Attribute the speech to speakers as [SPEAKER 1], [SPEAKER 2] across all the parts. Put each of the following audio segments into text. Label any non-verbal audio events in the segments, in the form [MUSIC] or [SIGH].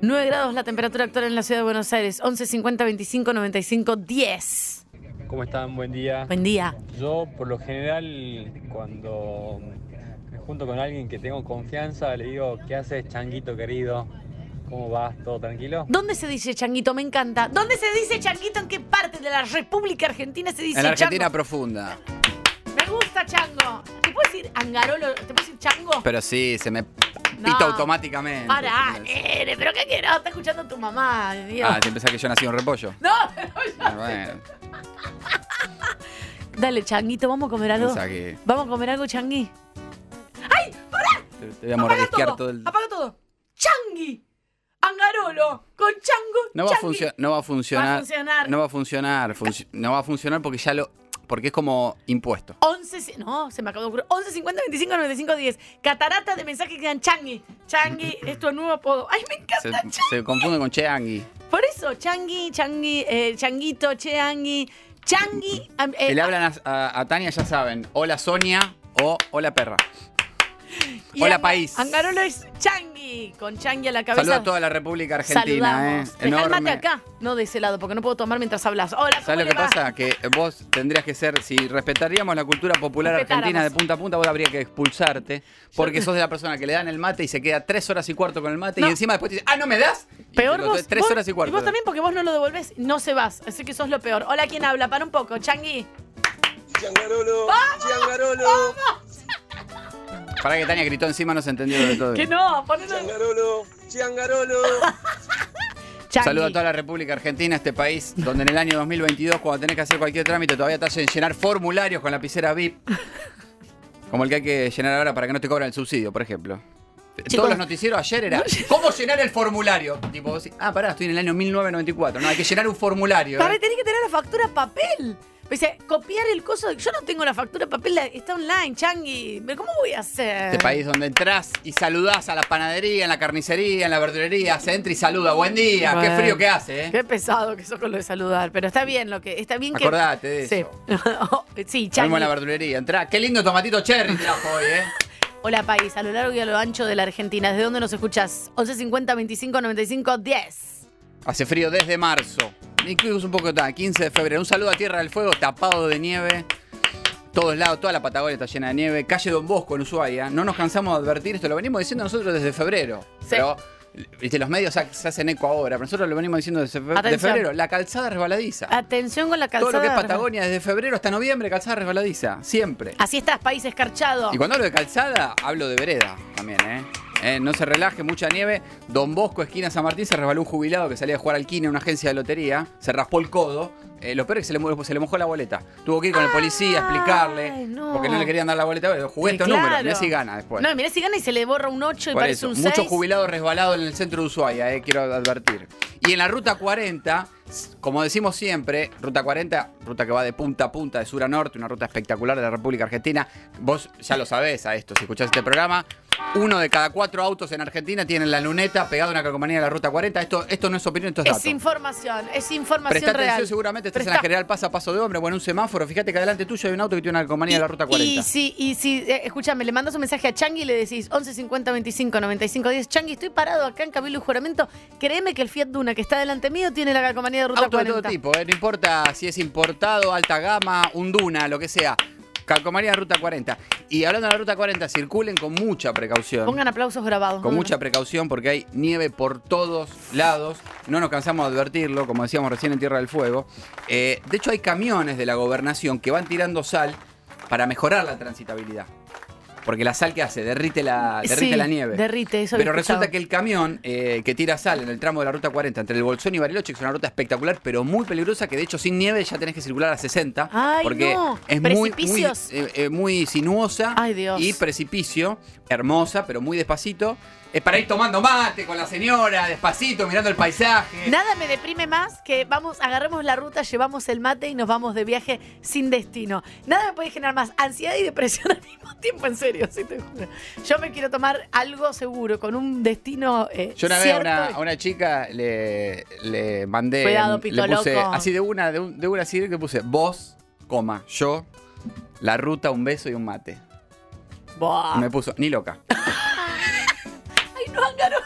[SPEAKER 1] 9 grados la temperatura actual en la ciudad de Buenos Aires, 11 50 25 95 10.
[SPEAKER 2] ¿Cómo están? Buen día.
[SPEAKER 1] Buen día.
[SPEAKER 2] Yo, por lo general, cuando me junto con alguien que tengo confianza, le digo, ¿qué haces, changuito querido? ¿Cómo vas? ¿Todo tranquilo?
[SPEAKER 1] ¿Dónde se dice changuito? Me encanta. ¿Dónde se dice changuito? ¿En qué parte de la República Argentina se dice
[SPEAKER 3] En la Argentina
[SPEAKER 1] chango?
[SPEAKER 3] profunda.
[SPEAKER 1] Me gusta chango. ¿Te puedo decir angarolo? ¿Te puedo decir chango?
[SPEAKER 3] Pero sí, se me pita
[SPEAKER 1] No. eh.
[SPEAKER 3] automáticamente.
[SPEAKER 1] Para,
[SPEAKER 3] ¿entendés?
[SPEAKER 1] nene, pero qué querés, está escuchando tu mamá, Dios.
[SPEAKER 3] Ah, te pensás que yo nací un repollo.
[SPEAKER 1] No, [LAUGHS] pero ya-
[SPEAKER 3] Ah, Bueno,
[SPEAKER 1] Dale, changuito, vamos a comer algo.
[SPEAKER 3] pensá que
[SPEAKER 1] Vamos a comer algo, changui.
[SPEAKER 3] te, te voy a
[SPEAKER 1] Apaga
[SPEAKER 3] mordisquear
[SPEAKER 1] todo,
[SPEAKER 3] todo, el.
[SPEAKER 1] apaga todo. Changui, angarolo, con chango,
[SPEAKER 3] No va, a
[SPEAKER 1] changui.
[SPEAKER 3] funcio- no va a funcionar.
[SPEAKER 1] Va a funcionar.
[SPEAKER 3] No va a funcionar. funci- no va a funcionar porque ya lo. Porque es como impuesto.
[SPEAKER 1] 11, si- no, se me acabó de ocurrir. 11 50 25 95 10. Catarata de mensajes que dan Changi.
[SPEAKER 3] [LAUGHS]
[SPEAKER 1] Changi es tu nuevo apodo. Ay, me encanta.
[SPEAKER 3] Se, se confunde con Cheangui.
[SPEAKER 1] Por eso, Changi, Changi, eh, Changuito, Cheangui. Changi. am- eh,
[SPEAKER 3] Si le hablan a, a- a Tania, ya saben. Hola Sonia o hola perra.
[SPEAKER 1] y
[SPEAKER 3] hola,
[SPEAKER 1] Anga-
[SPEAKER 3] país.
[SPEAKER 1] Angarolo es Changi. Con Changi a la cabeza.
[SPEAKER 3] Saludos a toda la República Argentina. Eh.
[SPEAKER 1] Saludamos. Dejá el mate acá, no de ese lado, porque no puedo tomar mientras hablas. Hola, ¿cómo
[SPEAKER 3] ¿Sabes lo
[SPEAKER 1] le
[SPEAKER 3] que
[SPEAKER 1] va?
[SPEAKER 3] pasa? Que vos tendrías que ser, si respetaríamos la cultura popular argentina de
[SPEAKER 1] Respetáramos.
[SPEAKER 3] punta a punta, vos habría que expulsarte, porque sos de la persona que le dan el mate y se queda tres horas y cuarto con el mate
[SPEAKER 1] No.
[SPEAKER 3] y encima después te dice, ah, no me das. Y
[SPEAKER 1] Peor
[SPEAKER 3] te lo-
[SPEAKER 1] vos.
[SPEAKER 3] Tres
[SPEAKER 1] vos-
[SPEAKER 3] horas y cuarto.
[SPEAKER 1] Y vos también, porque vos no lo devolvés, no se vas. Así que sos lo peor. Hola, ¿quién habla? Para un poco, Changi.
[SPEAKER 4] Changarolo,
[SPEAKER 1] ¡Ah!
[SPEAKER 4] Changarolo,
[SPEAKER 3] Para que Tania gritó encima, no se entendió de
[SPEAKER 1] [LAUGHS]
[SPEAKER 3] todo.
[SPEAKER 1] Que no, ponelo.
[SPEAKER 4] Changarolo, Changarolo.
[SPEAKER 1] Changi.
[SPEAKER 3] Saludo a toda la República Argentina, este país donde en el año 2022, cuando tenés que hacer cualquier trámite, todavía te hacen llenar formularios con lapicera VIP.
[SPEAKER 1] [LAUGHS]
[SPEAKER 3] Como el que hay que llenar ahora para que no te cobran el subsidio, por ejemplo.
[SPEAKER 1] Chicos.
[SPEAKER 3] Todos los noticieros ayer era ¿Cómo llenar el formulario? Tipo, vos decís, ah, pará, estoy en el año 1994. No, hay que llenar un formulario. ¿eh?
[SPEAKER 1] Para, tenés que tener la factura papel. O sea, copiar el coso. Yo no tengo la factura papel, la- está online, Changi. ¿Pero cómo voy a hacer?
[SPEAKER 3] Este país donde entras y saludás a la panadería, en la carnicería, en la verdulería, se entra y saluda. Buen día,
[SPEAKER 1] Bueno.
[SPEAKER 3] qué frío que hace, ¿eh?
[SPEAKER 1] Qué pesado que sos con lo de saludar, pero está bien lo que está bien
[SPEAKER 3] Acordate
[SPEAKER 1] que
[SPEAKER 3] de
[SPEAKER 1] Sí. [LAUGHS] Oh, sí, Changi.
[SPEAKER 3] Vamos a la verdulería, entrá. Qué lindo tomatito cherry trajo hoy, ¿eh?
[SPEAKER 1] Hola país, a lo largo y a lo ancho de la Argentina. ¿Desde dónde nos escuchás? 1150 25 95 10.
[SPEAKER 3] Hace frío desde marzo. Incluso un poco está, 15 de febrero. Un saludo a Tierra del Fuego, tapado de nieve. Todos lados, toda la Patagonia está llena de nieve. Calle Don Bosco en Ushuaia. No nos cansamos de advertir esto, lo venimos diciendo nosotros desde febrero.
[SPEAKER 1] Sí.
[SPEAKER 3] Pero viste, los medios ha- se hacen eco ahora, pero nosotros lo venimos diciendo desde fe- de
[SPEAKER 1] Atención.
[SPEAKER 3] febrero. La calzada resbaladiza.
[SPEAKER 1] Atención con la calzada.
[SPEAKER 3] Todo lo que es Patagonia desde febrero hasta noviembre, calzada resbaladiza. Siempre.
[SPEAKER 1] Así estás, país escarchado.
[SPEAKER 3] Y cuando hablo de calzada, hablo de vereda también, ¿eh? Eh, no se relaje, mucha nieve. Don Bosco, esquina San Martín, se resbaló un jubilado que salía a jugar al quine en una agencia de lotería. Se raspó el codo. Eh, lo peor es que se le, mu- se le mojó la boleta. Tuvo que ir con el policía a explicarle.
[SPEAKER 1] Ay, no.
[SPEAKER 3] Porque no le querían dar la boleta. Pero jugué
[SPEAKER 1] Sí,
[SPEAKER 3] estos
[SPEAKER 1] claro.
[SPEAKER 3] números. Mirá si gana después.
[SPEAKER 1] No, mirá si gana y se le borra un 8 y
[SPEAKER 3] Por
[SPEAKER 1] parece
[SPEAKER 3] eso,
[SPEAKER 1] un 6.
[SPEAKER 3] muchos jubilados resbalados en el centro de Ushuaia, eh, quiero advertir. Y en la ruta 40, s- como decimos siempre, ruta 40, ruta que va de punta a punta, de sur a norte, una ruta espectacular de la República Argentina. Vos ya lo sabés a esto, si escuchás este programa. Uno de cada cuatro autos en Argentina tienen la luneta pegada a una calcomanía de la ruta 40. Esto, esto no es opinión, esto es dato.
[SPEAKER 1] Es información, es información
[SPEAKER 3] Presta
[SPEAKER 1] real.
[SPEAKER 3] atención, seguramente estás en la
[SPEAKER 1] Prestá.
[SPEAKER 3] general pasa a paso de hombre, bueno, un semáforo. Fíjate que adelante tuyo hay un auto que tiene una calcomanía de la ruta 40.
[SPEAKER 1] Y si, y si eh, escúchame, le mandas un mensaje a Changi y le decís 11 50 25 95 10. Changi, estoy parado acá en Cabildo y Juramento. Créeme que el Fiat Duna que está delante mío tiene la calcomanía de ruta
[SPEAKER 3] Auto de
[SPEAKER 1] 40.
[SPEAKER 3] todo tipo, ¿eh? no importa si es importado, alta gama, un Duna, lo que sea. Calcomanía de Ruta 40. Y hablando de la Ruta 40, circulen con mucha precaución.
[SPEAKER 1] Pongan aplausos grabados.
[SPEAKER 3] con
[SPEAKER 1] ¿no?
[SPEAKER 3] mucha precaución porque hay nieve por todos lados. No nos cansamos de advertirlo, como decíamos recién en Tierra del Fuego. Eh, de hecho, hay camiones de la gobernación que van tirando sal para mejorar la transitabilidad. Porque la sal que hace, derrite la, derrite
[SPEAKER 1] Sí,
[SPEAKER 3] la nieve.
[SPEAKER 1] Derrite, eso
[SPEAKER 3] Pero
[SPEAKER 1] había escuchado.
[SPEAKER 3] resulta que el camión eh, que tira sal en el tramo de la ruta 40 entre el Bolsón y Bariloche, que es una ruta espectacular, pero muy peligrosa, que de hecho sin nieve ya tenés que circular a 60.
[SPEAKER 1] Ay,
[SPEAKER 3] porque
[SPEAKER 1] no.
[SPEAKER 3] es muy, muy,
[SPEAKER 1] Precipicios.
[SPEAKER 3] eh, eh, muy sinuosa
[SPEAKER 1] Ay, Dios.
[SPEAKER 3] y precipicio, hermosa, pero muy despacito. Es para ir tomando mate con la señora, despacito, mirando el paisaje.
[SPEAKER 1] Nada me deprime más que vamos, agarremos la ruta, llevamos el mate y nos vamos de viaje sin destino. Nada me puede generar más ansiedad y depresión al mismo tiempo, en serio, sí te juro. Yo me quiero tomar algo seguro, con un destino eh,
[SPEAKER 3] Yo una vez a
[SPEAKER 1] cierto.
[SPEAKER 3] una, a una chica le, le mandé.
[SPEAKER 1] Cuidado, pito
[SPEAKER 3] le puse,
[SPEAKER 1] loco.
[SPEAKER 3] Así de una, de, un- de una así que puse vos, coma, yo, la ruta, un beso y un mate.
[SPEAKER 1] Buah.
[SPEAKER 3] Me puso, ni loca.
[SPEAKER 1] Ah. [LAUGHS] Ay, no, Ángaro.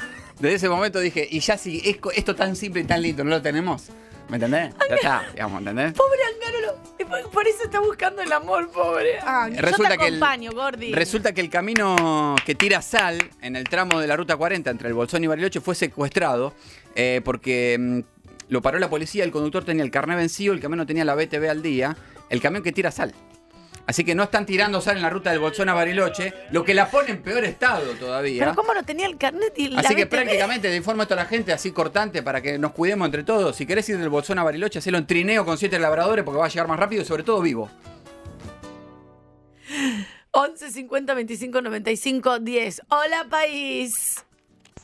[SPEAKER 3] Desde ese momento dije, y ya si es co- esto tan simple y tan lindo no lo tenemos, ¿me entendés? Ya está, digamos, ¿entendés?
[SPEAKER 1] Pobre Angarolo. y eh, por- Por eso está buscando el amor, pobre. Ah, yo
[SPEAKER 3] Resulta
[SPEAKER 1] te
[SPEAKER 3] que el-
[SPEAKER 1] acompaño, Gordi.
[SPEAKER 3] Resulta que el camino que tira sal en el tramo de la ruta 40 entre el Bolsón y Bariloche fue secuestrado eh, porque mm, lo paró la policía, el conductor tenía el carnet vencido, el camión no tenía la BTV al día, el camión que tira sal. Así que no están tirando sal en la ruta del Bolsón a Bariloche, lo que la pone en peor estado todavía.
[SPEAKER 1] Pero cómo no tenía el carnet y la
[SPEAKER 3] Así que
[SPEAKER 1] BTV?
[SPEAKER 3] prácticamente le informo esto a la gente así cortante para que nos cuidemos entre todos. Si querés ir del Bolsón a Bariloche, hacelo en trineo con siete labradores porque va a llegar más rápido y sobre todo vivo.
[SPEAKER 1] 11 50 25 95 10. Hola, país.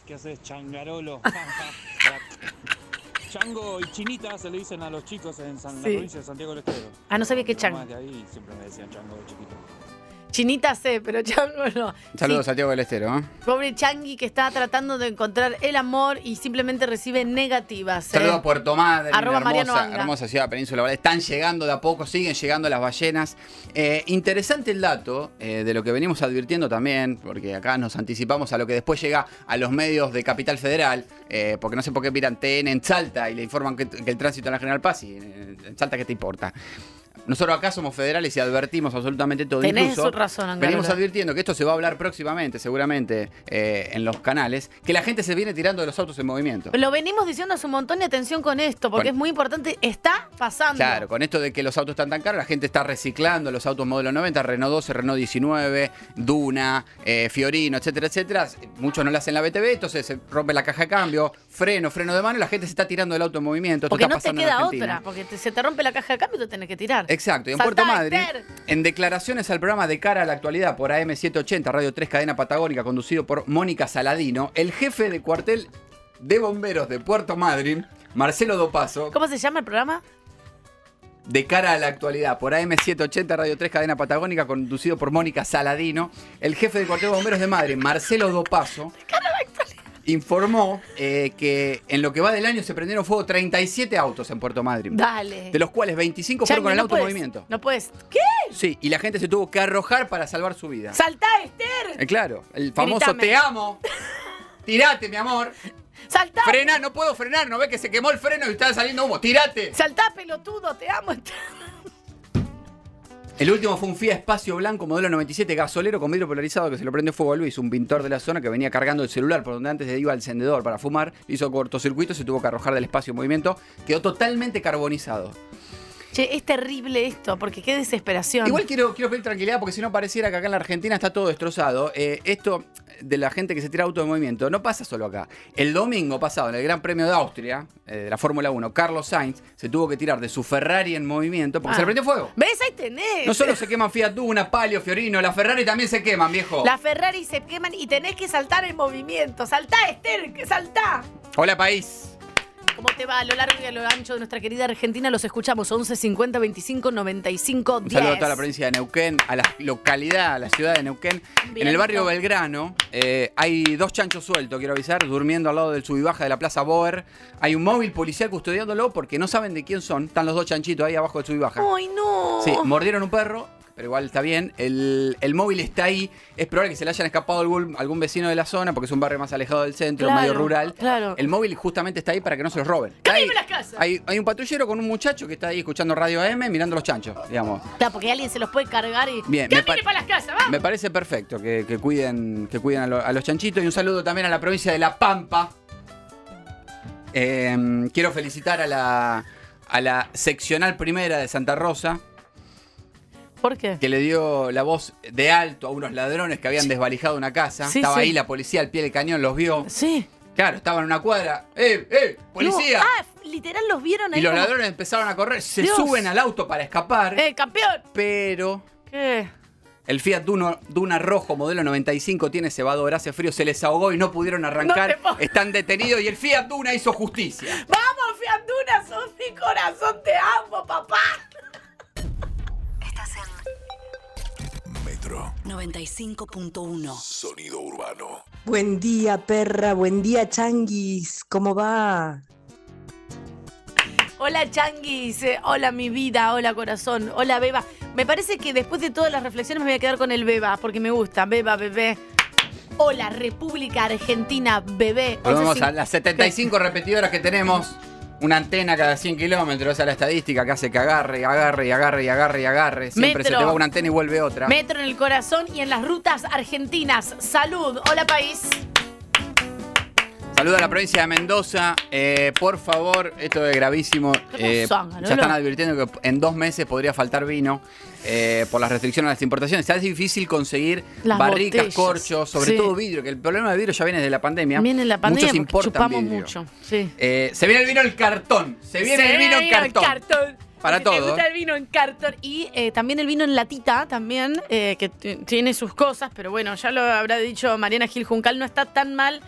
[SPEAKER 5] ¿Qué haces, changarolo? [LAUGHS] Chango y chinita se le dicen a los chicos en San, la
[SPEAKER 1] Sí.
[SPEAKER 5] provincia de Santiago del Estero.
[SPEAKER 1] Ah, no sabía que
[SPEAKER 5] Mi
[SPEAKER 1] chan-
[SPEAKER 5] mamá de ahí siempre me decían chango de chiquito.
[SPEAKER 1] Chinita sé, pero Chango no.
[SPEAKER 3] Saludos
[SPEAKER 1] Sí,
[SPEAKER 3] a Tiago del Estero. ¿eh?
[SPEAKER 1] Pobre Changi que está tratando de encontrar el amor y simplemente recibe negativas. ¿eh?
[SPEAKER 3] Saludos a Puerto Madre,
[SPEAKER 1] Arroba
[SPEAKER 3] una
[SPEAKER 1] Mariano
[SPEAKER 3] hermosa,
[SPEAKER 1] Anga.
[SPEAKER 3] hermosa ciudad de Península. Balea. Están llegando de a poco, siguen llegando las ballenas. Eh, interesante el dato eh, de lo que venimos advirtiendo también, porque acá nos anticipamos a lo que después llega a los medios de Capital Federal, eh, porque no sé por qué miran TN en Salta y le informan que, que el tránsito en la General Paz y eh, en Salta qué te importa. Nosotros acá somos federales y advertimos absolutamente todo.
[SPEAKER 1] Tenés
[SPEAKER 3] Incluso
[SPEAKER 1] razón, Angarola.
[SPEAKER 3] Venimos advirtiendo que esto se va a hablar próximamente, seguramente, eh, en los canales, que la gente se viene tirando de los autos en movimiento.
[SPEAKER 1] Lo venimos diciendo hace un montón de atención con esto, porque
[SPEAKER 3] Con-
[SPEAKER 1] es muy importante. Está pasando.
[SPEAKER 3] Claro, con esto de que los autos están tan caros, la gente está reciclando los autos modelo 90, Renault 12, Renault 19, Duna, eh, Fiorino, etcétera, etcétera. Muchos no le hacen la BTV, entonces se rompe la caja de cambio, freno, freno de mano, y la gente se está tirando del auto en movimiento. Esto
[SPEAKER 1] Porque
[SPEAKER 3] está
[SPEAKER 1] no te
[SPEAKER 3] pasando en
[SPEAKER 1] queda
[SPEAKER 3] Argentina.
[SPEAKER 1] otra, porque te- se te rompe la caja de cambio y te tenés que tirar.
[SPEAKER 3] Exacto, y en
[SPEAKER 1] Saltá,
[SPEAKER 3] Puerto Madre,
[SPEAKER 1] Esther.
[SPEAKER 3] en declaraciones al programa De Cara a la Actualidad por AM780, Radio 3 Cadena Patagónica, conducido por Mónica Saladino, el jefe de cuartel de bomberos de Puerto Madryn, Marcelo Dopaso,
[SPEAKER 1] ¿Cómo se llama el programa?
[SPEAKER 3] de cara a la actualidad por AM780 Radio 3 Cadena Patagónica conducido por Mónica Saladino, el jefe del cuartel de bomberos de Madrid, Marcelo Dopaso, informó eh, que en lo que va del año se prendieron fuego 37 autos en Puerto Madryn,
[SPEAKER 1] Dale.
[SPEAKER 3] de los cuales 25
[SPEAKER 1] Chango,
[SPEAKER 3] fueron con el
[SPEAKER 1] no
[SPEAKER 3] auto en
[SPEAKER 1] puedes,
[SPEAKER 3] movimiento.
[SPEAKER 1] No puedes. ¿Qué?
[SPEAKER 3] Sí, y la gente se tuvo que arrojar para salvar su vida.
[SPEAKER 1] ¡Saltá, Esther!
[SPEAKER 3] Eh, claro, el famoso
[SPEAKER 1] Gritame. [LAUGHS]
[SPEAKER 3] te amo. Tirate, mi amor.
[SPEAKER 1] ¡Saltá!
[SPEAKER 3] Frena, no puedo frenar, no ve que se quemó el freno y está saliendo humo. Tirate.
[SPEAKER 1] ¡Saltá, pelotudo! ¡Te amo! [LAUGHS] Esther.
[SPEAKER 3] El último fue un Fiat Espacio Blanco modelo 97 gasolero con vidrio polarizado que se lo prende fuego a Luis, un pintor de la zona que venía cargando el celular por donde antes se iba al encendedor para fumar, hizo cortocircuito, se tuvo que arrojar del espacio en movimiento, quedó totalmente carbonizado.
[SPEAKER 1] Che, es terrible esto, porque qué desesperación.
[SPEAKER 3] Igual quiero, quiero pedir tranquilidad porque si no pareciera que acá en la Argentina está todo destrozado. Eh, esto de la gente que se tira auto de movimiento no pasa solo acá. El domingo pasado, en el Gran Premio de Austria, eh, de la Fórmula 1, Carlos Sainz se tuvo que tirar de su Ferrari en movimiento porque
[SPEAKER 1] Ah.
[SPEAKER 3] se le prendió fuego.
[SPEAKER 1] ¿Ves? Ahí tenés.
[SPEAKER 3] No solo se queman Fiat Duna, Palio, Fiorino, la Ferrari también se queman, viejo.
[SPEAKER 1] Las Ferrari se queman y tenés que saltar en movimiento. ¡Saltá, Esther! que ¡Saltá!
[SPEAKER 3] Hola, país.
[SPEAKER 1] ¿Cómo te va? A lo largo y a lo ancho de nuestra querida Argentina los escuchamos. 11 50 25 95
[SPEAKER 3] Un
[SPEAKER 1] 10.
[SPEAKER 3] saludo a toda la provincia de Neuquén, a la localidad, a la ciudad de Neuquén.
[SPEAKER 1] Bien,
[SPEAKER 3] en el barrio
[SPEAKER 1] ¿no?
[SPEAKER 3] Belgrano eh, hay dos chanchos sueltos, quiero avisar, durmiendo al lado del sub y baja de la Plaza Boer. Hay un móvil policial custodiándolo porque no saben de quién son. Están los dos chanchitos ahí abajo del sub y baja.
[SPEAKER 1] ¡Ay, no!
[SPEAKER 3] Sí, mordieron un perro, pero igual está bien. El, el móvil está ahí. Es probable que se le hayan escapado algún, algún vecino de la zona porque es un barrio más alejado del centro,
[SPEAKER 1] Claro,
[SPEAKER 3] medio rural.
[SPEAKER 1] claro.
[SPEAKER 3] El móvil justamente está ahí para que no se los roben.
[SPEAKER 1] ¡Cámbiame
[SPEAKER 3] Hay-
[SPEAKER 1] las casas!
[SPEAKER 3] Hay, hay un patrullero con un muchacho que está ahí escuchando Radio AM mirando los chanchos, digamos.
[SPEAKER 1] Claro, porque alguien se los puede cargar y.
[SPEAKER 3] Bien, me
[SPEAKER 1] ¡Cámbiale
[SPEAKER 3] par-
[SPEAKER 1] para las casas! ¡Vamos!
[SPEAKER 3] Me parece perfecto que, que cuiden, que cuiden a, lo- a los chanchitos. Y un saludo también a la provincia de La Pampa. Eh, quiero felicitar a la, a la seccional primera de Santa Rosa,
[SPEAKER 1] ¿Por qué?
[SPEAKER 3] que le dio la voz de alto a unos ladrones que habían desvalijado una casa.
[SPEAKER 1] Sí,
[SPEAKER 3] Estaba
[SPEAKER 1] sí.
[SPEAKER 3] ahí la policía al pie del cañón, los vio.
[SPEAKER 1] Sí.
[SPEAKER 3] Claro, estaban en una cuadra. ¡Eh, eh! ¡Policía!
[SPEAKER 1] No, Ah, literal los vieron ahí.
[SPEAKER 3] y los
[SPEAKER 1] como,
[SPEAKER 3] ladrones empezaron a correr. Se
[SPEAKER 1] Dios.
[SPEAKER 3] suben al auto para escapar.
[SPEAKER 1] ¡Eh, campeón!
[SPEAKER 3] Pero
[SPEAKER 1] ¿Qué?
[SPEAKER 3] El Fiat Duno- Duna rojo modelo 95 tiene cebador, hace frío, se les ahogó y no pudieron
[SPEAKER 1] No
[SPEAKER 3] arrancar.
[SPEAKER 1] te puedo-
[SPEAKER 3] Están detenidos y el Fiat Duna hizo justicia.
[SPEAKER 1] ¡Vamos, Fianduna! ¡Sos mi corazón! ¡Te amo, papá!
[SPEAKER 6] Estás en
[SPEAKER 7] Metro,
[SPEAKER 6] 95.1.
[SPEAKER 7] sonido urbano.
[SPEAKER 8] Buen día, perra. Buen día, changuis. ¿Cómo va?
[SPEAKER 1] Hola, Changuis. Eh, Hola, mi vida. Hola, corazón. Hola, Beba. Me parece que después de todas las reflexiones me voy a quedar con el Beba, porque me gusta. Beba, bebé. Hola, República Argentina, bebé.
[SPEAKER 3] Volvemos
[SPEAKER 1] 11.50.
[SPEAKER 3] a las 75 repetidoras que tenemos. Una antena cada 100 kilómetros, esa es la estadística que hace que agarre, y agarre, y agarre, y agarre, y agarre. Siempre
[SPEAKER 1] Metro.
[SPEAKER 3] se te va una antena y vuelve otra.
[SPEAKER 1] Metro en el corazón y en las rutas argentinas. Salud. Hola, país.
[SPEAKER 3] Saluda a la provincia de Mendoza. Eh, por favor, esto es gravísimo.
[SPEAKER 1] ¿Qué
[SPEAKER 3] Eh,
[SPEAKER 1] pasó, Manolo?
[SPEAKER 3] ya están advirtiendo que en dos meses podría faltar vino eh, por las restricciones a las importaciones. Ya es difícil conseguir
[SPEAKER 1] Las
[SPEAKER 3] barricas,
[SPEAKER 1] botellas.
[SPEAKER 3] corchos, sobre
[SPEAKER 1] Sí.
[SPEAKER 3] todo vidrio, que el problema de vidrio ya viene desde la pandemia.
[SPEAKER 1] Viene la pandemia
[SPEAKER 3] Muchos
[SPEAKER 1] porque
[SPEAKER 3] importan
[SPEAKER 1] chupamos
[SPEAKER 3] vidrio.
[SPEAKER 1] mucho. Sí.
[SPEAKER 3] Eh, se viene el vino el cartón. Se viene el vino el cartón. Para
[SPEAKER 1] todo.
[SPEAKER 3] todo,
[SPEAKER 1] [LAUGHS] Me gusta
[SPEAKER 3] ¿eh?
[SPEAKER 1] el vino en cartón y eh, también el vino en latita, también, eh, que t- tiene sus cosas, pero bueno, ya lo habrá dicho Mariana Gil Juncal, no está tan mal.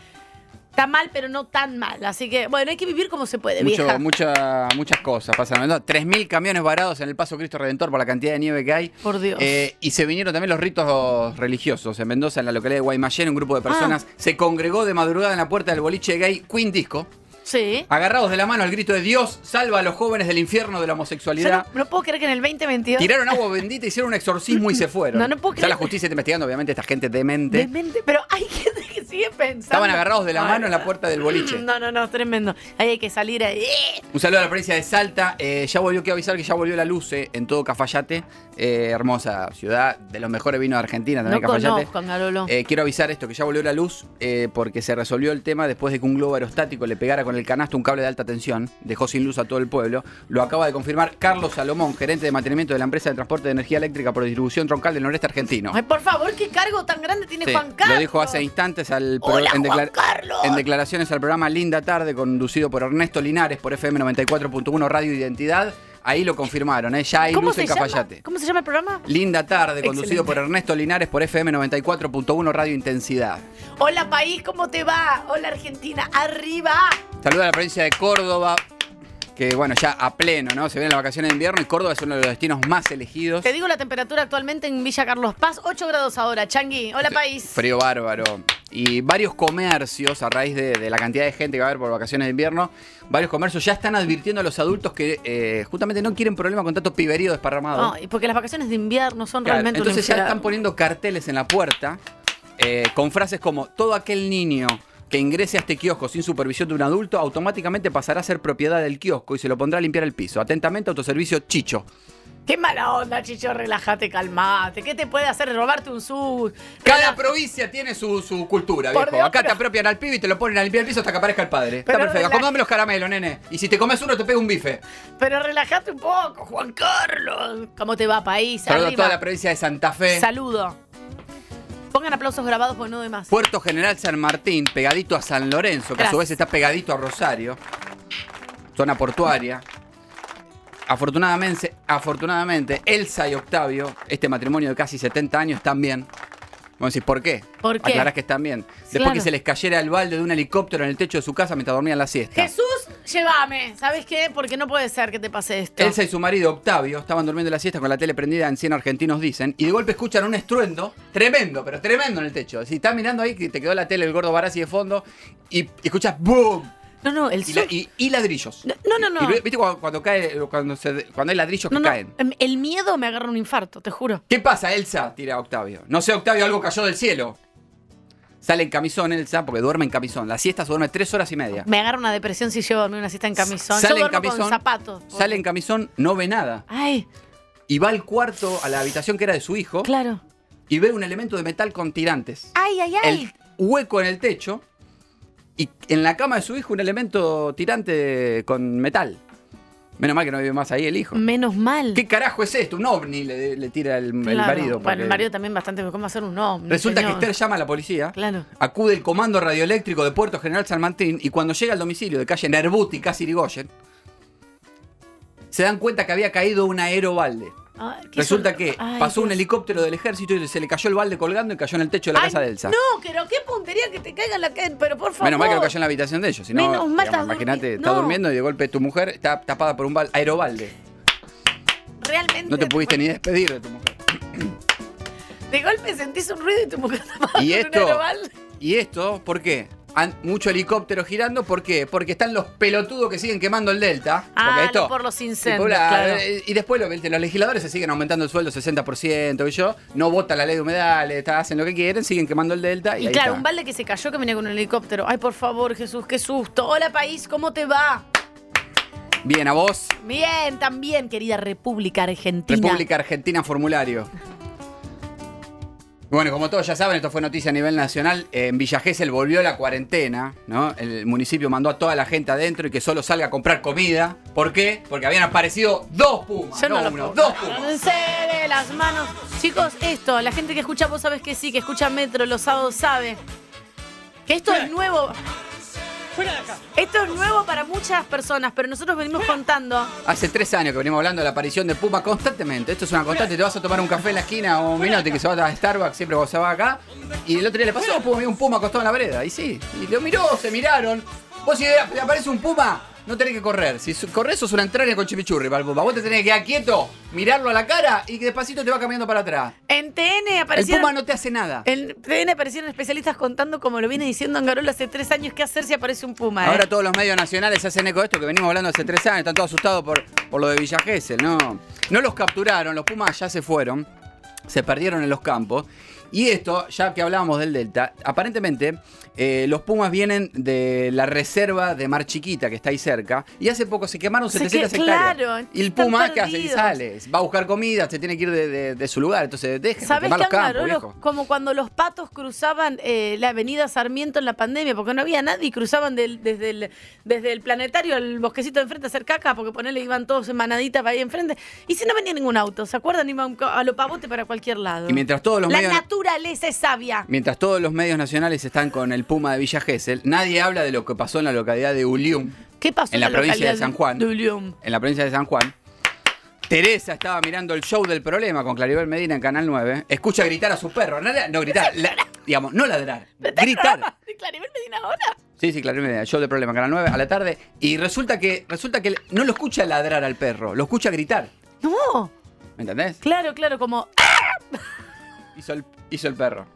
[SPEAKER 1] Está mal, pero no tan mal. Así que, bueno, hay que vivir como se puede,
[SPEAKER 3] Mucho-
[SPEAKER 1] vieja.
[SPEAKER 3] mucha- muchas cosas pasan. en Mendoza. 3.000 camiones varados en el Paso Cristo Redentor por la cantidad de nieve que hay.
[SPEAKER 1] Por Dios.
[SPEAKER 3] Eh, y se vinieron también los ritos religiosos. En Mendoza, en la localidad de Guaymallén,
[SPEAKER 1] Ah.
[SPEAKER 3] un grupo de personas se congregó de madrugada en la puerta del boliche gay Queen Disco,
[SPEAKER 1] sí.
[SPEAKER 3] agarrados de la mano al grito de Dios, salva a los jóvenes del infierno de
[SPEAKER 1] Yo no,
[SPEAKER 3] la homosexualidad.
[SPEAKER 1] no puedo creer que en el 2022.
[SPEAKER 3] Tiraron agua bendita, hicieron un exorcismo
[SPEAKER 1] [LAUGHS]
[SPEAKER 3] y se fueron.
[SPEAKER 1] No, no puedo
[SPEAKER 3] Ya
[SPEAKER 1] creer.
[SPEAKER 3] la justicia está investigando, obviamente, esta gente demente.
[SPEAKER 1] Demente, pero hay gente que sigue pensando.
[SPEAKER 3] Estaban agarrados de la
[SPEAKER 1] Ay,
[SPEAKER 3] mano en la puerta del boliche.
[SPEAKER 1] No, no, no, tremendo. Ahí hay que salir. ahí.
[SPEAKER 3] Un saludo a la provincia de Salta. Eh, ya volvió, quiero avisar que ya volvió la luz eh, en todo Cafayate. Eh, hermosa ciudad, de los mejores vinos de Argentina
[SPEAKER 1] No
[SPEAKER 3] también Cafayate.
[SPEAKER 1] conozco a Garolo.
[SPEAKER 3] Eh, quiero avisar esto, que ya volvió la luz eh, porque se resolvió el tema después de que un globo aerostático le pegara con el canasto un cable de alta tensión. Dejó sin luz a todo el pueblo. Lo acaba de confirmar Carlos Salomón, gerente de mantenimiento de la empresa de transporte de energía eléctrica por distribución troncal del noreste argentino.
[SPEAKER 1] Ay, por favor, qué cargo tan grande tiene
[SPEAKER 3] Sí,
[SPEAKER 1] Juan Carlos.
[SPEAKER 3] Lo dijo hace instantes al pro-
[SPEAKER 1] Hola,
[SPEAKER 3] en,
[SPEAKER 1] Juan Carlos.
[SPEAKER 3] en declaraciones al programa Linda Tarde, conducido por Ernesto Linares por FM 94.1 Radio Identidad. Ahí lo confirmaron, ¿eh? ya hay
[SPEAKER 1] ¿Cómo
[SPEAKER 3] luz
[SPEAKER 1] se,
[SPEAKER 3] en
[SPEAKER 1] llama?
[SPEAKER 3] Cafayate.
[SPEAKER 1] ¿Cómo se llama el programa?
[SPEAKER 3] Linda Tarde, conducido
[SPEAKER 1] Excelente.
[SPEAKER 3] por Ernesto Linares por FM 94.1 Radio Intensidad.
[SPEAKER 1] Hola, país, ¿cómo te va? Hola, Argentina, arriba.
[SPEAKER 3] Saluda a la provincia de Córdoba, que bueno, ya a pleno, ¿no? Se vienen las vacaciones de invierno y Córdoba es uno de los destinos más elegidos.
[SPEAKER 1] Te digo la temperatura actualmente en Villa Carlos Paz, 8 grados ahora. Changi, hola, país.
[SPEAKER 3] Frío bárbaro. Y varios comercios, a raíz de, de la cantidad de gente que va a haber por vacaciones de invierno, varios comercios ya están advirtiendo a los adultos que eh, justamente no quieren problema con tanto piberío desparramado.
[SPEAKER 1] Ay, porque las vacaciones de invierno son
[SPEAKER 3] Claro,
[SPEAKER 1] realmente un
[SPEAKER 3] Entonces ya
[SPEAKER 1] infierno.
[SPEAKER 3] están poniendo carteles en la puerta eh, con frases como todo aquel niño que ingrese a este kiosco sin supervisión de un adulto automáticamente pasará a ser propiedad del kiosco y se lo pondrá a limpiar el piso. Atentamente, autoservicio Chicho.
[SPEAKER 1] Qué mala onda, Chicho, relájate, calmate. ¿Qué te puede hacer robarte un sus?
[SPEAKER 3] Cada provincia tiene su, su cultura,
[SPEAKER 1] Por
[SPEAKER 3] viejo.
[SPEAKER 1] Dios,
[SPEAKER 3] Acá te
[SPEAKER 1] pero-
[SPEAKER 3] apropian al pibe y te lo ponen a limpiar el piso hasta que aparezca el padre. Está
[SPEAKER 1] Pero
[SPEAKER 3] perfecto.
[SPEAKER 1] relaja-
[SPEAKER 3] Comame los caramelos, nene. Y si te comes uno, te pega un bife.
[SPEAKER 1] Pero relájate un poco, Juan Carlos. ¿Cómo te va, país?
[SPEAKER 3] Saludos a
[SPEAKER 1] Arriba.
[SPEAKER 3] toda la provincia de Santa Fe.
[SPEAKER 1] Saludo. Pongan aplausos grabados porque no doy más.
[SPEAKER 3] Puerto General San Martín, pegadito a San Lorenzo, que a su
[SPEAKER 1] Gracias.
[SPEAKER 3] vez está pegadito a Rosario. Zona portuaria. Afortunadamente, afortunadamente, Elsa y Octavio, este matrimonio de casi 70 años, están bien. Vamos a decir, ¿por qué?
[SPEAKER 1] ¿Por qué?
[SPEAKER 3] Aclarás que están bien. Después
[SPEAKER 1] Claro.
[SPEAKER 3] que se les cayera el balde de un helicóptero en el techo de su casa mientras dormían la siesta.
[SPEAKER 1] Jesús, llévame. ¿Sabes qué? Porque no puede ser que te pase esto.
[SPEAKER 3] Elsa y su marido Octavio estaban durmiendo la siesta con la tele prendida en 100 argentinos dicen y de golpe escuchan un estruendo tremendo, pero tremendo en el techo. Si estás mirando ahí que te quedó la tele el gordo Barassi de fondo y escuchas boom
[SPEAKER 1] No, no, el
[SPEAKER 3] y,
[SPEAKER 1] sur.
[SPEAKER 3] la- y- y ladrillos.
[SPEAKER 1] No, no, no.
[SPEAKER 3] Y viste cuando, cuando cae cuando, se- cuando hay ladrillos
[SPEAKER 1] No,
[SPEAKER 3] que
[SPEAKER 1] no,
[SPEAKER 3] caen.
[SPEAKER 1] em, El miedo me agarra un infarto, te juro.
[SPEAKER 3] ¿Qué pasa, Elsa? Tira Octavio. No sé, Octavio, algo cayó del cielo. Sale en camisón Elsa porque duerme en camisón. La siesta se duerme tres horas y media.
[SPEAKER 1] Me agarra una depresión si llevo a dormir una siesta en camisón.
[SPEAKER 3] Sale
[SPEAKER 1] Yo
[SPEAKER 3] en
[SPEAKER 1] duermo con
[SPEAKER 3] camisón,
[SPEAKER 1] zapatos. porque-
[SPEAKER 3] Sale en camisón, ¿Oh? no ve nada.
[SPEAKER 1] Ay,
[SPEAKER 3] Y va al cuarto, a la habitación que era de su hijo.
[SPEAKER 1] claro.
[SPEAKER 3] y ve un elemento de metal con tirantes.
[SPEAKER 1] Ay, ay, ay.
[SPEAKER 3] El hueco en el techo y en la cama de su hijo un elemento tirante con metal. Menos mal que no vive más ahí el hijo.
[SPEAKER 1] Menos mal.
[SPEAKER 3] ¿Qué carajo es esto? Un ovni le, le tira el, el
[SPEAKER 1] Claro.
[SPEAKER 3] marido. porque-
[SPEAKER 1] Bueno, el marido también bastante. ¿Cómo hacer un no?
[SPEAKER 3] Resulta
[SPEAKER 1] señor?
[SPEAKER 3] que Esther llama a la policía.
[SPEAKER 1] Claro.
[SPEAKER 3] Acude el comando radioeléctrico de Puerto General San Martín y cuando llega al domicilio de calle Nerbuti, casi Irigoyen, se dan cuenta que había caído un aerobalde.
[SPEAKER 1] Ay, qué
[SPEAKER 3] Resulta
[SPEAKER 1] sol-
[SPEAKER 3] que
[SPEAKER 1] Ay,
[SPEAKER 3] pasó un
[SPEAKER 1] Dios.
[SPEAKER 3] helicóptero del ejército y se le cayó el balde colgando y cayó en el techo de la
[SPEAKER 1] Ay,
[SPEAKER 3] casa de Elsa.
[SPEAKER 1] No, pero qué puntería que te caiga en la calle. Pero por favor.
[SPEAKER 3] Menos mal que no cayó en la habitación de ellos. Si no,
[SPEAKER 1] Menos mal,
[SPEAKER 3] digamos,
[SPEAKER 1] estás
[SPEAKER 3] imagínate,
[SPEAKER 1] durmi-
[SPEAKER 3] está
[SPEAKER 1] no.
[SPEAKER 3] durmiendo y de golpe tu mujer está tapada por un bal- aerobalde.
[SPEAKER 1] Realmente. [LAUGHS]
[SPEAKER 3] No te pudiste ni despedir de tu mujer.
[SPEAKER 1] De golpe sentís un ruido y tu mujer [LAUGHS] está
[SPEAKER 3] Y
[SPEAKER 1] [LAUGHS] con un
[SPEAKER 3] esto,
[SPEAKER 1] aerobal.
[SPEAKER 3] y esto, ¿por qué? an- mucho helicóptero girando. ¿Por qué? Porque están los pelotudos que siguen quemando el delta.
[SPEAKER 1] Ah,
[SPEAKER 3] porque
[SPEAKER 1] por los
[SPEAKER 3] tipo,
[SPEAKER 1] incendios,
[SPEAKER 3] la-
[SPEAKER 1] claro.
[SPEAKER 3] eh, Y después lo- los legisladores se siguen aumentando el sueldo 60%, y yo, no vota la ley de humedales, está- hacen lo que quieren, siguen quemando el delta. Y,
[SPEAKER 1] Y
[SPEAKER 3] ahí
[SPEAKER 1] claro,
[SPEAKER 3] está.
[SPEAKER 1] un balde que se cayó que venía con un helicóptero. Ay, por favor, Jesús, qué susto. Hola, país, ¿cómo te va?
[SPEAKER 3] Bien, a vos,
[SPEAKER 1] Bien, también, querida República Argentina.
[SPEAKER 3] República Argentina Formulario. Bueno, como todos ya saben, esto fue noticia a nivel nacional. eh, En Villa Gesell volvió la cuarentena, ¿no? El municipio mandó a toda la gente adentro y que solo salga a comprar comida. ¿Por qué? Porque habían aparecido dos pumas,
[SPEAKER 1] Yo no,
[SPEAKER 3] no,
[SPEAKER 1] lo
[SPEAKER 3] uno,
[SPEAKER 1] puedo.
[SPEAKER 3] dos pumas.
[SPEAKER 1] Se ve las manos. Chicos, esto, la gente que escucha, vos sabés que sí, que escucha Metro los sábados sabe. Que esto es nuevo. Esto es nuevo para muchas personas, pero nosotros venimos contando.
[SPEAKER 3] Hace tres años que venimos hablando de la aparición de Puma constantemente. Esto es una constante. Te vas a tomar un café en la esquina o un minuto que se va a Starbucks, siempre vos se va acá. Y el otro día le pasó, Puma, vi un Puma acostado en la vereda. Y sí, y lo miró, se miraron. Vos si te aparece un Puma, no tenés que correr. Si su- corres sos una entraña con chimichurri para el Puma. Vos te tenés que quedar quieto, mirarlo a la cara y que despacito te va caminando para atrás.
[SPEAKER 1] En TN
[SPEAKER 3] El
[SPEAKER 1] aparecieron.
[SPEAKER 3] Puma no te hace nada.
[SPEAKER 1] En TN aparecieron especialistas contando, como lo viene diciendo Angarola hace tres años, qué hacer si aparece un puma. ¿eh?
[SPEAKER 3] Ahora todos los medios nacionales se hacen eco de esto que venimos hablando hace tres años, están todos asustados por, por lo de Villa Gesell, no. No los capturaron, los Pumas ya se fueron, se perdieron en los campos. Y esto, ya que hablábamos del Delta, aparentemente eh, los Pumas vienen de la reserva de Mar Chiquita, que está ahí cerca, y hace poco se quemaron
[SPEAKER 1] Se
[SPEAKER 3] 700
[SPEAKER 1] que-
[SPEAKER 3] hectáreas.
[SPEAKER 1] claro,
[SPEAKER 3] y el
[SPEAKER 1] están
[SPEAKER 3] Puma, ¿qué hace? Y
[SPEAKER 1] perdidos.
[SPEAKER 3] sale, va a buscar comida, se tiene que ir de, de- de su lugar, entonces dejen de
[SPEAKER 1] ¿Sabés
[SPEAKER 3] quemar
[SPEAKER 1] que
[SPEAKER 3] los campos,
[SPEAKER 1] Angarolo,
[SPEAKER 3] viejo.
[SPEAKER 1] como cuando los patos cruzaban eh, la avenida Sarmiento en la pandemia, porque no había nadie, y cruzaban del- desde, el, desde el planetario al bosquecito de enfrente a hacer caca, porque ponele iban todos en manadita para ahí enfrente, y si no venía ningún auto, ¿se acuerdan? Iban co- a lo pavote para cualquier lado.
[SPEAKER 3] Y mientras todos los
[SPEAKER 1] la
[SPEAKER 3] medios...
[SPEAKER 1] naturaleza es sabia.
[SPEAKER 3] Mientras todos los medios nacionales están con el Puma de Villa Gesell, nadie habla de lo que pasó en la localidad de Ulium,
[SPEAKER 1] ¿Qué pasó
[SPEAKER 3] en la provincia de
[SPEAKER 1] localidad
[SPEAKER 3] San Juan.
[SPEAKER 1] de Ulium?
[SPEAKER 3] en la provincia de San Juan. Teresa estaba mirando el show del problema con Claribel Medina en Canal 9. Escucha gritar a su perro. No, no gritar, la- digamos, no ladrar, gritar.
[SPEAKER 1] ¿De Claribel Medina ahora?
[SPEAKER 3] Sí, sí, Claribel Medina, show del problema, Canal 9, a la tarde. Y resulta que, resulta que no lo escucha ladrar al perro, lo escucha gritar.
[SPEAKER 1] No,
[SPEAKER 3] ¿Me entendés?
[SPEAKER 1] claro, claro, como...
[SPEAKER 3] Hizo el, hizo el perro.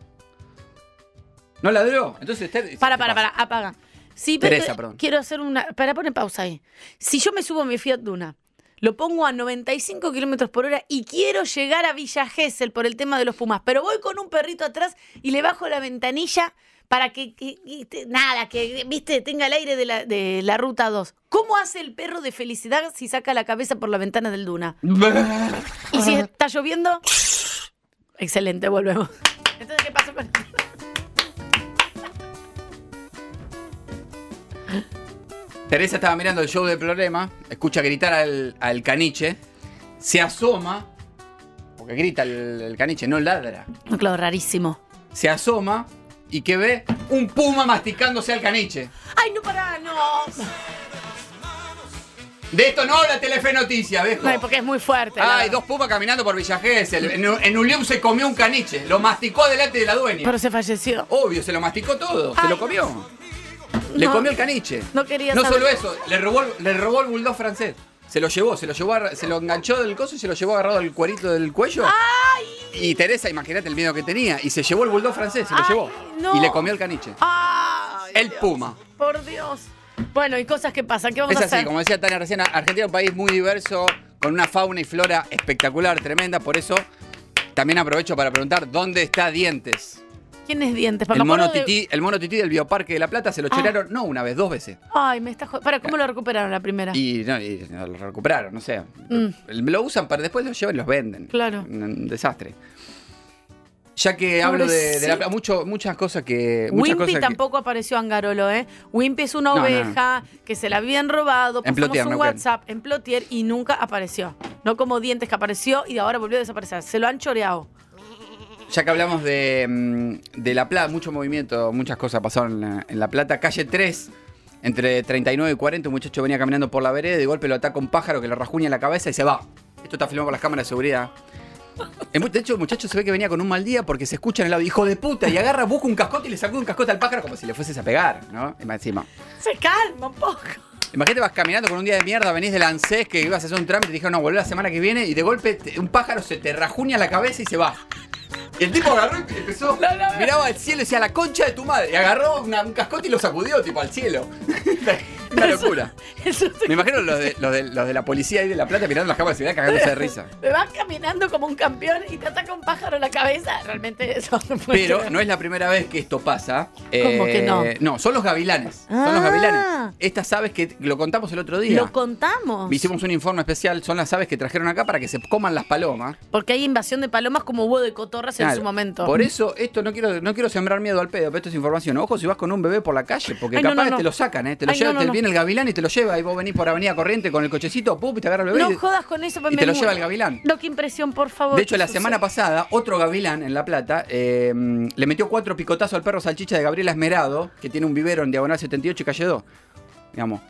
[SPEAKER 3] No ladró. Entonces, Ter-
[SPEAKER 1] Para, para, para, apaga. Sí, pero
[SPEAKER 3] Teresa,
[SPEAKER 1] te-
[SPEAKER 3] perdón.
[SPEAKER 1] quiero hacer una. Para, poner pausa ahí. Si yo me subo a mi Fiat Duna, lo pongo a 95 kilómetros por hora y quiero llegar a Villa Gesell por el tema de los Pumas, pero voy con un perrito atrás y le bajo la ventanilla para que. que- que te- nada, que, viste, tenga el aire de la, de la ruta 2. ¿Cómo hace el perro de felicidad si saca la cabeza por la ventana del Duna?
[SPEAKER 3] [LAUGHS]
[SPEAKER 1] Y
[SPEAKER 3] Ah.
[SPEAKER 1] si está lloviendo. Excelente, volvemos. Entonces, ¿qué pasó con.?
[SPEAKER 3] Teresa estaba mirando el show del problema, escucha gritar al, al caniche, se asoma, porque grita el, el caniche, no ladra,
[SPEAKER 1] No, claro, rarísimo.
[SPEAKER 3] se asoma y que ve un puma masticándose al caniche.
[SPEAKER 1] ¡Ay, no, pará, no!
[SPEAKER 3] De esto no habla Telefe Noticias, viejo.
[SPEAKER 1] No, porque es muy fuerte. la
[SPEAKER 3] Ay,
[SPEAKER 1] verdad.
[SPEAKER 3] dos pumas caminando por Villa Gesell. En, en Ulium se comió un caniche, lo masticó delante de la dueña.
[SPEAKER 1] Pero se falleció.
[SPEAKER 3] Obvio, se lo masticó todo, se
[SPEAKER 1] Ay,
[SPEAKER 3] lo comió. Le
[SPEAKER 1] No.
[SPEAKER 3] comió el caniche.
[SPEAKER 1] No quería
[SPEAKER 3] No
[SPEAKER 1] saber.
[SPEAKER 3] solo eso, le robó, le robó el bulldog francés. Se lo llevó, se lo llevó, agarra- se lo enganchó del coso y se lo llevó agarrado del cuerito del cuello. Y Teresa, imagínate el miedo que tenía. Y se llevó el bulldog francés, se lo
[SPEAKER 1] Ay,
[SPEAKER 3] llevó.
[SPEAKER 1] no.
[SPEAKER 3] Y le comió el caniche.
[SPEAKER 1] Ay,
[SPEAKER 3] El
[SPEAKER 1] Dios.
[SPEAKER 3] puma.
[SPEAKER 1] Por Dios. Bueno, y cosas que pasan. ¿Qué vamos
[SPEAKER 3] Es
[SPEAKER 1] a hacer?
[SPEAKER 3] así, como decía Tania recién, Argentina es un país muy diverso, con una fauna y flora espectacular, tremenda. Por eso también aprovecho para preguntar, ¿dónde está Dientes?
[SPEAKER 1] ¿Quién es dientes? Porque
[SPEAKER 3] El
[SPEAKER 1] me acuerdo
[SPEAKER 3] mono,
[SPEAKER 1] de-
[SPEAKER 3] tití, el mono tití del Bioparque de La Plata se lo
[SPEAKER 1] Ah.
[SPEAKER 3] cheraron, no una vez, dos veces.
[SPEAKER 1] Ay, me está jodiendo. Para, ¿cómo lo recuperaron la primera?
[SPEAKER 3] Y, no, y no, lo recuperaron, no sé. Lo usan para después los llevan y los venden.
[SPEAKER 1] Mm. Claro.
[SPEAKER 3] Un, un desastre. Ya que hablo de, de la-
[SPEAKER 1] Pobrecito.
[SPEAKER 3] mucho- muchas cosas que. eh, Muchas cosas
[SPEAKER 1] Wimpy
[SPEAKER 3] que-
[SPEAKER 1] tampoco apareció Angarolo, ¿eh? Wimpy es una
[SPEAKER 3] No, no,
[SPEAKER 1] oveja que se la habían robado,
[SPEAKER 3] En
[SPEAKER 1] pasamos
[SPEAKER 3] Plotier,
[SPEAKER 1] un
[SPEAKER 3] Neuquén.
[SPEAKER 1] WhatsApp en Plotier y nunca apareció. No como dientes que apareció y ahora volvió a desaparecer. Se lo han choreado.
[SPEAKER 3] ya que hablamos de, mm, de La Plata, mucho movimiento, muchas cosas pasaron en La, en La Plata. Calle 3, entre 39 y 40, un muchacho venía caminando por la vereda y de golpe lo ataca un pájaro que le rajuña la cabeza y se va. Esto está filmado por las cámaras de seguridad. El mu- De hecho, el muchacho se ve que venía con un mal día porque se escucha en el audio, hijo de puta, y agarra, busca un cascote y le sacude un cascote al pájaro como si le fueses a pegar, ¿no? Y más Encima.
[SPEAKER 1] Se calma un poco.
[SPEAKER 3] Imagínate, vas caminando con un día de mierda, venís del ANSES que ibas a hacer un trámite, te dijeron, no, volvés la semana que viene, y de golpe te- un pájaro se te rajuña la cabeza y se va. Y el tipo agarró y empezó.
[SPEAKER 1] no, no.
[SPEAKER 3] miraba al cielo y decía la concha de tu madre. Y agarró una- un cascote y lo sacudió, tipo, al cielo. [LAUGHS] Una locura.
[SPEAKER 1] [LAUGHS] Eso te-
[SPEAKER 3] Me imagino los de, los de, los de la policía ahí de La Plata mirando las cámaras de seguridad cagándose de
[SPEAKER 1] [LAUGHS]
[SPEAKER 3] risa.
[SPEAKER 1] Me vas caminando como un campeón y te ataca un pájaro en la cabeza. Realmente eso [LAUGHS] no puede
[SPEAKER 3] Pero
[SPEAKER 1] ser.
[SPEAKER 3] no es la primera vez que esto pasa. eh,
[SPEAKER 1] ¿Cómo que no?
[SPEAKER 3] No, son los gavilanes. Son los
[SPEAKER 1] Ah.
[SPEAKER 3] gavilanes. Estas aves que lo contamos el otro día.
[SPEAKER 1] Lo contamos.
[SPEAKER 3] Hicimos un informe especial, son las aves que trajeron acá para que se coman las palomas.
[SPEAKER 1] Porque hay invasión de palomas como hubo de cotorras en
[SPEAKER 3] Claro.
[SPEAKER 1] su momento.
[SPEAKER 3] Por eso, esto no quiero, no quiero sembrar miedo al pedo, pero esto es información. Ojo si vas con un bebé por la calle, porque
[SPEAKER 1] Ay, no,
[SPEAKER 3] capaz
[SPEAKER 1] no, no.
[SPEAKER 3] te lo sacan, ¿eh? Te lo
[SPEAKER 1] Ay,
[SPEAKER 3] lleva,
[SPEAKER 1] no, no,
[SPEAKER 3] te
[SPEAKER 1] no.
[SPEAKER 3] viene el gavilán y te lo lleva, y vos venís por Avenida Corriente con el cochecito, pum, y te agarra el bebé.
[SPEAKER 1] no
[SPEAKER 3] y-
[SPEAKER 1] jodas con eso,
[SPEAKER 3] y
[SPEAKER 1] me
[SPEAKER 3] te lo
[SPEAKER 1] muero.
[SPEAKER 3] lleva el gavilán.
[SPEAKER 1] No, qué impresión, por favor.
[SPEAKER 3] De hecho, la
[SPEAKER 1] Eso
[SPEAKER 3] semana
[SPEAKER 1] sí.
[SPEAKER 3] pasada, otro gavilán en La Plata eh, le metió cuatro picotazos al perro salchicha de Gabriela Esmerado, que tiene un vivero en diagonal 78 y calle 2. Digamos.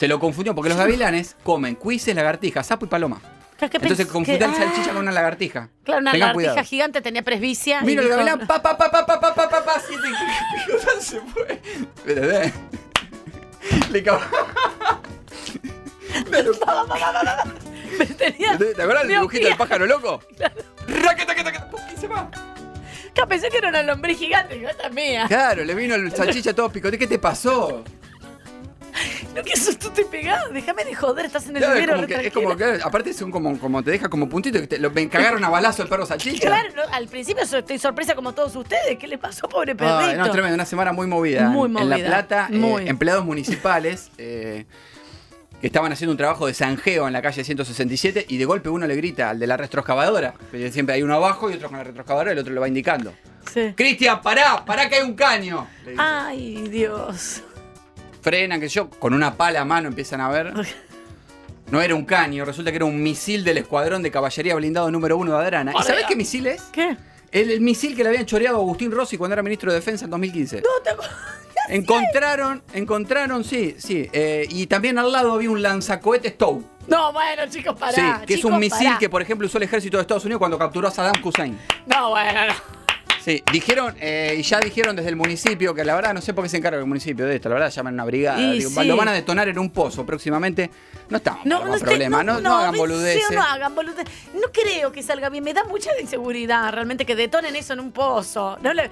[SPEAKER 3] Se lo
[SPEAKER 1] [LAUGHS]
[SPEAKER 3] confundió porque los gavilanes comen cuises, lagartijas, sapo y paloma.
[SPEAKER 1] Claro, que
[SPEAKER 3] Entonces
[SPEAKER 1] pens-
[SPEAKER 3] confundió
[SPEAKER 1] que-
[SPEAKER 3] el salchicha
[SPEAKER 1] ah,
[SPEAKER 3] con una lagartija.
[SPEAKER 1] Claro, una
[SPEAKER 3] Tengan
[SPEAKER 1] lagartija
[SPEAKER 3] cuidado.
[SPEAKER 1] gigante tenía presbicia. y
[SPEAKER 3] Mira el
[SPEAKER 1] dijo,
[SPEAKER 3] gavilán,
[SPEAKER 1] "No".
[SPEAKER 3] pa, pa, pa, pa, pa, pa, pa, pa, pa, siete [LAUGHS] picotas se fue. Pero, eh, Le cagó.
[SPEAKER 1] [LAUGHS] Tenía-
[SPEAKER 3] ¿Te acuerdas el
[SPEAKER 1] miopía.
[SPEAKER 3] dibujito del pájaro loco? Raqueta, raqueta, raqueta, pum, y se va.
[SPEAKER 1] Claro, pensé que era una lombriz gigante. Digo, esta es mía.
[SPEAKER 3] Claro, le vino el salchicha todo picote. ¿Qué te pasó?
[SPEAKER 1] No, qué susto te pegás. Déjame de joder, estás en el
[SPEAKER 3] Claro, es,
[SPEAKER 1] vivero.
[SPEAKER 3] como
[SPEAKER 1] re
[SPEAKER 3] que, es
[SPEAKER 1] tranquila.
[SPEAKER 3] como que- aparte es un como, como te deja como puntito que te, lo, me cagaron a balazo el perro salchicha.
[SPEAKER 1] Claro, no, al principio so- estoy sorpresa como todos ustedes. ¿Qué le pasó, pobre perrito?
[SPEAKER 3] Ay, no, tremendo, una semana muy movida.
[SPEAKER 1] Muy
[SPEAKER 3] En- En
[SPEAKER 1] movida,
[SPEAKER 3] La Plata, eh,
[SPEAKER 1] muy.
[SPEAKER 3] empleados municipales eh, que estaban haciendo un trabajo de zanjeo en la calle 167 y de golpe uno le grita al de la retroexcavadora. porque Siempre hay uno abajo y otro con la retroexcavadora y el otro lo va indicando.
[SPEAKER 1] Sí.
[SPEAKER 3] Cristian, pará, pará que hay un caño. Le dice.
[SPEAKER 1] Ah. Ay, Dios.
[SPEAKER 3] Frenan, que yo, con una pala a mano empiezan
[SPEAKER 1] [LAUGHS]
[SPEAKER 3] a ver. No era un caño, resulta que era un misil del escuadrón de caballería blindado número uno de Adrana. ¿Y sabés qué misil es?
[SPEAKER 1] ¿Qué?
[SPEAKER 3] El, el misil que le habían choreado a Agustín Rossi cuando era ministro de Defensa en 2015. Encontraron, encontraron, sí, sí. eh, y también al lado había un lanzacohete Stow.
[SPEAKER 1] No, bueno, chicos, pará.
[SPEAKER 3] sí, que es
[SPEAKER 1] chicos,
[SPEAKER 3] un misil
[SPEAKER 1] pará.
[SPEAKER 3] que, por ejemplo, usó el ejército de Estados Unidos cuando capturó a Saddam Hussein.
[SPEAKER 1] No, bueno, no.
[SPEAKER 3] Sí, dijeron, eh, y ya dijeron desde el municipio, que la verdad no sé por qué se encarga el municipio de esto, la verdad llaman a una brigada.
[SPEAKER 1] Y
[SPEAKER 3] digo,
[SPEAKER 1] sí.
[SPEAKER 3] Lo van a detonar en un pozo próximamente. No estamos
[SPEAKER 1] No,
[SPEAKER 3] para
[SPEAKER 1] no,
[SPEAKER 3] más
[SPEAKER 1] es que
[SPEAKER 3] problema, no, no hagan
[SPEAKER 1] sí,
[SPEAKER 3] boludeces.
[SPEAKER 1] No hagan boludeces. No creo que salga bien. Me da mucha inseguridad realmente que detonen eso en un pozo. No le-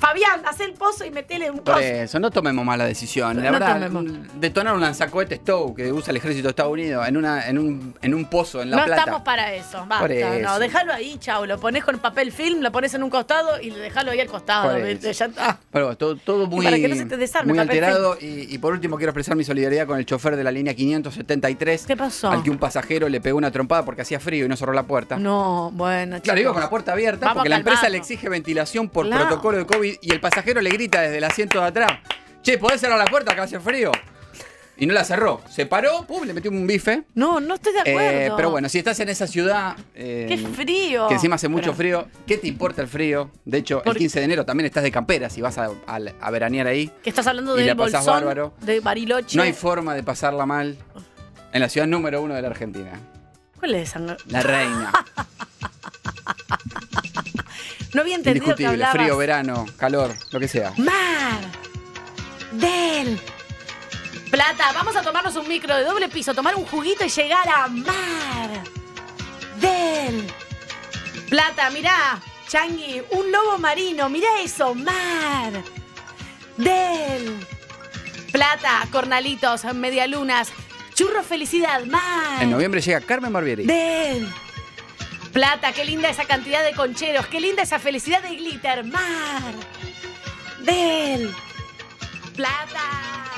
[SPEAKER 1] Fabián, haz el pozo y metele un
[SPEAKER 3] Por
[SPEAKER 1] pozo.
[SPEAKER 3] eso, no tomemos malas decisiones. La
[SPEAKER 1] No
[SPEAKER 3] verdad,
[SPEAKER 1] tomemos.
[SPEAKER 3] detonar un lanzacohete Stow que usa el ejército de Estados Unidos en, una, en, un, en un pozo en La
[SPEAKER 1] No
[SPEAKER 3] Plata.
[SPEAKER 1] estamos para eso, basta.
[SPEAKER 3] Por eso.
[SPEAKER 1] No, déjalo ahí, chau. Lo pones con papel film, lo pones en un costado y déjalo ahí al costado.
[SPEAKER 3] Por
[SPEAKER 1] ¿viste?
[SPEAKER 3] eso. Ah,
[SPEAKER 1] Ya está.
[SPEAKER 3] Bueno, todo, todo muy,
[SPEAKER 1] para que no se te desarme,
[SPEAKER 3] muy
[SPEAKER 1] papel
[SPEAKER 3] alterado. Y, y por último, quiero expresar mi solidaridad con el chofer de la línea 573.
[SPEAKER 1] ¿Qué pasó?
[SPEAKER 3] Al que un pasajero le pegó una trompada porque hacía frío y no cerró la puerta.
[SPEAKER 1] No, bueno,
[SPEAKER 3] Claro, iba
[SPEAKER 1] chicos.
[SPEAKER 3] con la puerta abierta
[SPEAKER 1] Vamos
[SPEAKER 3] porque la empresa le
[SPEAKER 1] calmando.
[SPEAKER 3] exige ventilación por
[SPEAKER 1] Claro.
[SPEAKER 3] protocolo de COVID y el pasajero le grita desde el asiento de atrás: Che, ¿podés cerrar la puerta que hace frío? Y no la cerró. Se paró, pum, le metió un bife.
[SPEAKER 1] No, no estoy de acuerdo.
[SPEAKER 3] Eh, pero bueno, si estás en esa ciudad. eh,
[SPEAKER 1] Qué frío.
[SPEAKER 3] Que encima hace mucho
[SPEAKER 1] Pero-
[SPEAKER 3] frío. ¿Qué te importa el frío? De hecho, el
[SPEAKER 1] Porque-
[SPEAKER 3] 15 de enero también estás de campera si vas a, a- a veranear ahí.
[SPEAKER 1] Que estás hablando
[SPEAKER 3] Y
[SPEAKER 1] del
[SPEAKER 3] la pasás
[SPEAKER 1] bolsón
[SPEAKER 3] bárbaro.
[SPEAKER 1] de Bariloche.
[SPEAKER 3] No hay forma de pasarla mal en la ciudad número uno de la Argentina.
[SPEAKER 1] ¿Cuál es? Sandra?
[SPEAKER 3] La reina.
[SPEAKER 1] No había [LAUGHS] entendido que
[SPEAKER 3] Indiscutible.
[SPEAKER 1] hablabas.
[SPEAKER 3] Frío, verano, calor, lo que sea.
[SPEAKER 1] Mar del Plata. Vamos a tomarnos un micro de doble piso, tomar un juguito y llegar a Mar del Plata. Mirá, Changi, un lobo marino. Mirá eso, Mar del Plata. Cornalitos, medialunas, churro felicidad, Mar.
[SPEAKER 3] En noviembre llega Carmen Barbieri.
[SPEAKER 1] Del Plata, qué linda esa cantidad de concheros, qué linda esa felicidad de glitter. Mar. Del Plata.